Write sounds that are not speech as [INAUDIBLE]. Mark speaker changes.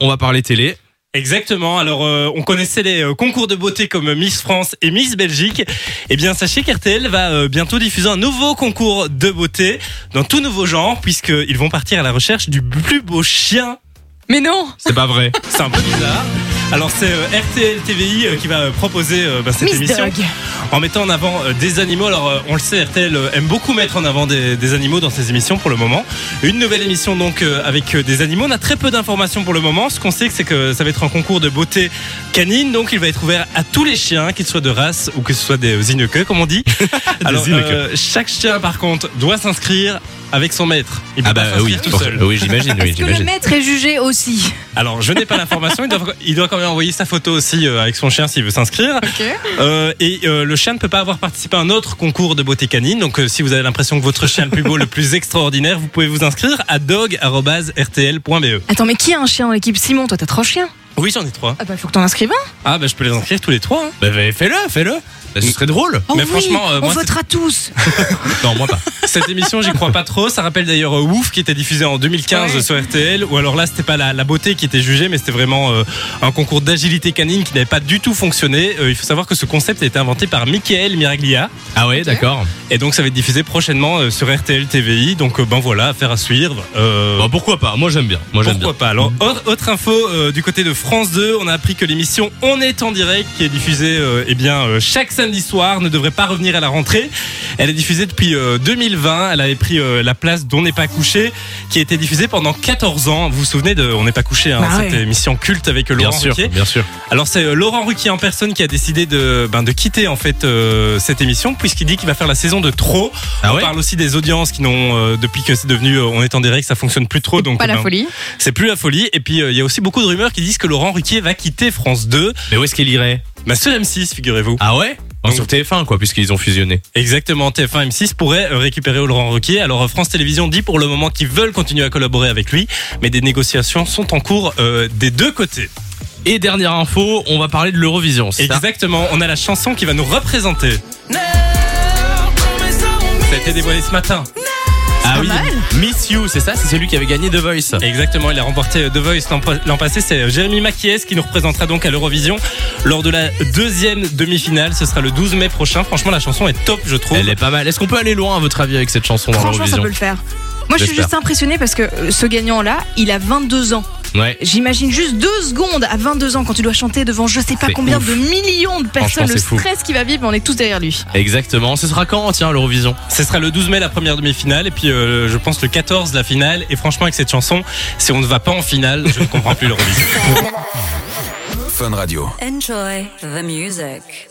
Speaker 1: On va parler télé.
Speaker 2: Exactement. Alors, euh, on connaissait les euh, concours de beauté comme Miss France et Miss Belgique. Eh bien, sachez qu'RTL va euh, bientôt diffuser un nouveau concours de beauté dans tout nouveau genre, puisqu'ils vont partir à la recherche du plus beau chien.
Speaker 3: Mais non
Speaker 1: C'est pas vrai.
Speaker 2: C'est un peu bizarre. Alors, c'est euh, RTL TVI euh, qui va euh, proposer euh, bah, cette
Speaker 3: Miss
Speaker 2: émission
Speaker 3: Dog
Speaker 2: en mettant en avant euh, des animaux. Alors, euh, on le sait, RTL euh, aime beaucoup mettre en avant des, des animaux dans ses émissions pour le moment. Une nouvelle émission donc euh, avec euh, des animaux. On a très peu d'informations pour le moment. Ce qu'on sait, c'est que ça va être un concours de beauté canine. Donc, il va être ouvert à tous les chiens, qu'ils soient de race ou que ce soit des inequeux, comme on dit.
Speaker 1: [LAUGHS]
Speaker 2: Alors,
Speaker 1: Des inequeux.
Speaker 2: euh, chaque chien, par contre, doit s'inscrire avec son maître. Il peut pas s'inscrire tout
Speaker 1: for-
Speaker 2: seul.
Speaker 1: Ah bah, euh, oui, j'imagine, oui,
Speaker 3: Est-ce que le
Speaker 1: j'imagine.
Speaker 3: maître est jugé aussi
Speaker 2: Alors, je n'ai pas l'information. Il doit, il doit quand même envoyer sa photo aussi euh, avec son chien s'il veut s'inscrire.
Speaker 3: Ok.
Speaker 2: Euh, et euh, le chien ne peut pas avoir participé à un autre concours de beauté canine. Donc, euh, si vous avez l'impression que votre chien est le plus beau, le plus extraordinaire, vous pouvez vous inscrire à dog.rtl.be.
Speaker 3: Attends, mais qui a un chien dans l'équipe Simon, toi t'as trois chiens
Speaker 2: E. Oui, j'en ai trois.
Speaker 3: Ah bah faut que t'en inscrives un
Speaker 2: Ah, bah, je peux les inscrire tous les trois. hein.
Speaker 1: Bah, bah, fais-le, fais-le. Bah, ce serait drôle.
Speaker 3: Oh
Speaker 2: Mais
Speaker 3: oui,
Speaker 2: franchement, euh,
Speaker 3: on
Speaker 2: moi,
Speaker 3: votera tous
Speaker 1: Non, moi pas.
Speaker 2: Cette émission, j'y crois pas trop. Ça rappelle d'ailleurs euh, Ouf qui était diffusé en 2015
Speaker 3: Ouais.
Speaker 2: sur RTL. Ou alors là, c'était pas la, la beauté qui était jugée, mais c'était vraiment euh, un concours d'agilité canine qui n'avait pas du tout fonctionné. Euh, il faut savoir que ce concept a été inventé par Michael Miraglia.
Speaker 1: Ah ouais, d'accord.
Speaker 2: Et donc ça va être diffusé prochainement euh, sur RTL TVI. Donc euh, ben voilà, affaire à suivre. Euh,
Speaker 1: Bah, pourquoi pas Moi j'aime bien. Moi j'aime bien. Mm-hmm.
Speaker 2: pourquoi pas Alors autre, autre info euh, du côté de France 2, on a appris que l'émission On est en direct, qui est diffusée euh, eh bien euh, chaque samedi soir, ne devrait pas revenir à la rentrée. Elle est diffusée depuis euh, 2020. Elle avait pris euh, la place d'On n'est pas couché, qui a été diffusée pendant 14 ans. Vous vous souvenez de On n'est pas couché, hein,
Speaker 3: Bah
Speaker 2: cette
Speaker 3: ouais.
Speaker 2: émission culte avec euh,
Speaker 1: Bien
Speaker 2: Laurent
Speaker 1: sûr,
Speaker 2: Ruquier.
Speaker 1: bien sûr.
Speaker 2: Alors c'est euh, Laurent Ruquier en personne qui a décidé de ben, de quitter en fait euh, cette émission puisqu'il dit qu'il va faire la saison de trop.
Speaker 1: Ah
Speaker 2: on
Speaker 1: ouais
Speaker 2: parle aussi des audiences qui n'ont euh, depuis que c'est devenu euh, on est en direct ça fonctionne plus trop donc
Speaker 3: Pas la
Speaker 2: ben,
Speaker 3: folie
Speaker 2: c'est plus la folie et puis euh, il y a aussi beaucoup de rumeurs qui disent que Laurent Ruquier va quitter France 2
Speaker 1: Mais où est-ce qu'il irait
Speaker 2: bah sur M6 figurez-vous
Speaker 1: Ah ouais Non,
Speaker 2: Donc-
Speaker 1: Sur TF1, quoi, puisqu'ils ont fusionné.
Speaker 2: exactement TF1 M6 pourrait euh, récupérer Laurent Ruquier alors euh, France Télévisions dit pour le moment qu'ils veulent continuer à collaborer avec lui mais des négociations sont en cours euh, des deux côtés
Speaker 1: Et dernière info, on va parler de l'Eurovision, c'est ça
Speaker 2: Exactement, on a la chanson qui va nous représenter. Ça a été dévoilé ce matin.
Speaker 1: Ah
Speaker 3: pas
Speaker 1: oui.
Speaker 3: mal.
Speaker 1: Miss You, c'est ça C'est celui qui avait gagné The Voice.
Speaker 2: Exactement, il a remporté euh, The Voice l'an- l'an passé. C'est euh, Jérémy Maquies qui nous représentera donc à l'Eurovision lors de la deuxième demi-finale. Ce sera le 12 mai prochain. Franchement, la chanson est top, je trouve.
Speaker 1: Elle est pas mal. Est-ce qu'on peut aller loin à votre avis avec cette chanson dans
Speaker 3: Franchement ça
Speaker 1: l'Eurovision
Speaker 3: peut le faire moi, je suis
Speaker 1: J'espère.
Speaker 3: juste impressionnée parce que euh, ce gagnant-là, il a 22 ans.
Speaker 1: Ouais.
Speaker 3: J'imagine juste deux secondes à 22 ans quand tu dois chanter devant je sais pas
Speaker 1: C'est
Speaker 3: combien
Speaker 1: ouf.
Speaker 3: de millions de personnes,
Speaker 1: Franchement,
Speaker 3: le
Speaker 1: c'est fou.
Speaker 3: stress qu'il va vivre, mais on est tous derrière lui.
Speaker 1: Exactement. Ce sera quand, tiens, l'Eurovision
Speaker 2: Ce sera le 12 mai la première demi-finale et puis euh, je pense le 14 la finale. Et franchement, avec cette chanson, si on ne va pas en finale, je ne comprends plus l'Eurovision.
Speaker 4: Fun Radio.
Speaker 5: Enjoy the music.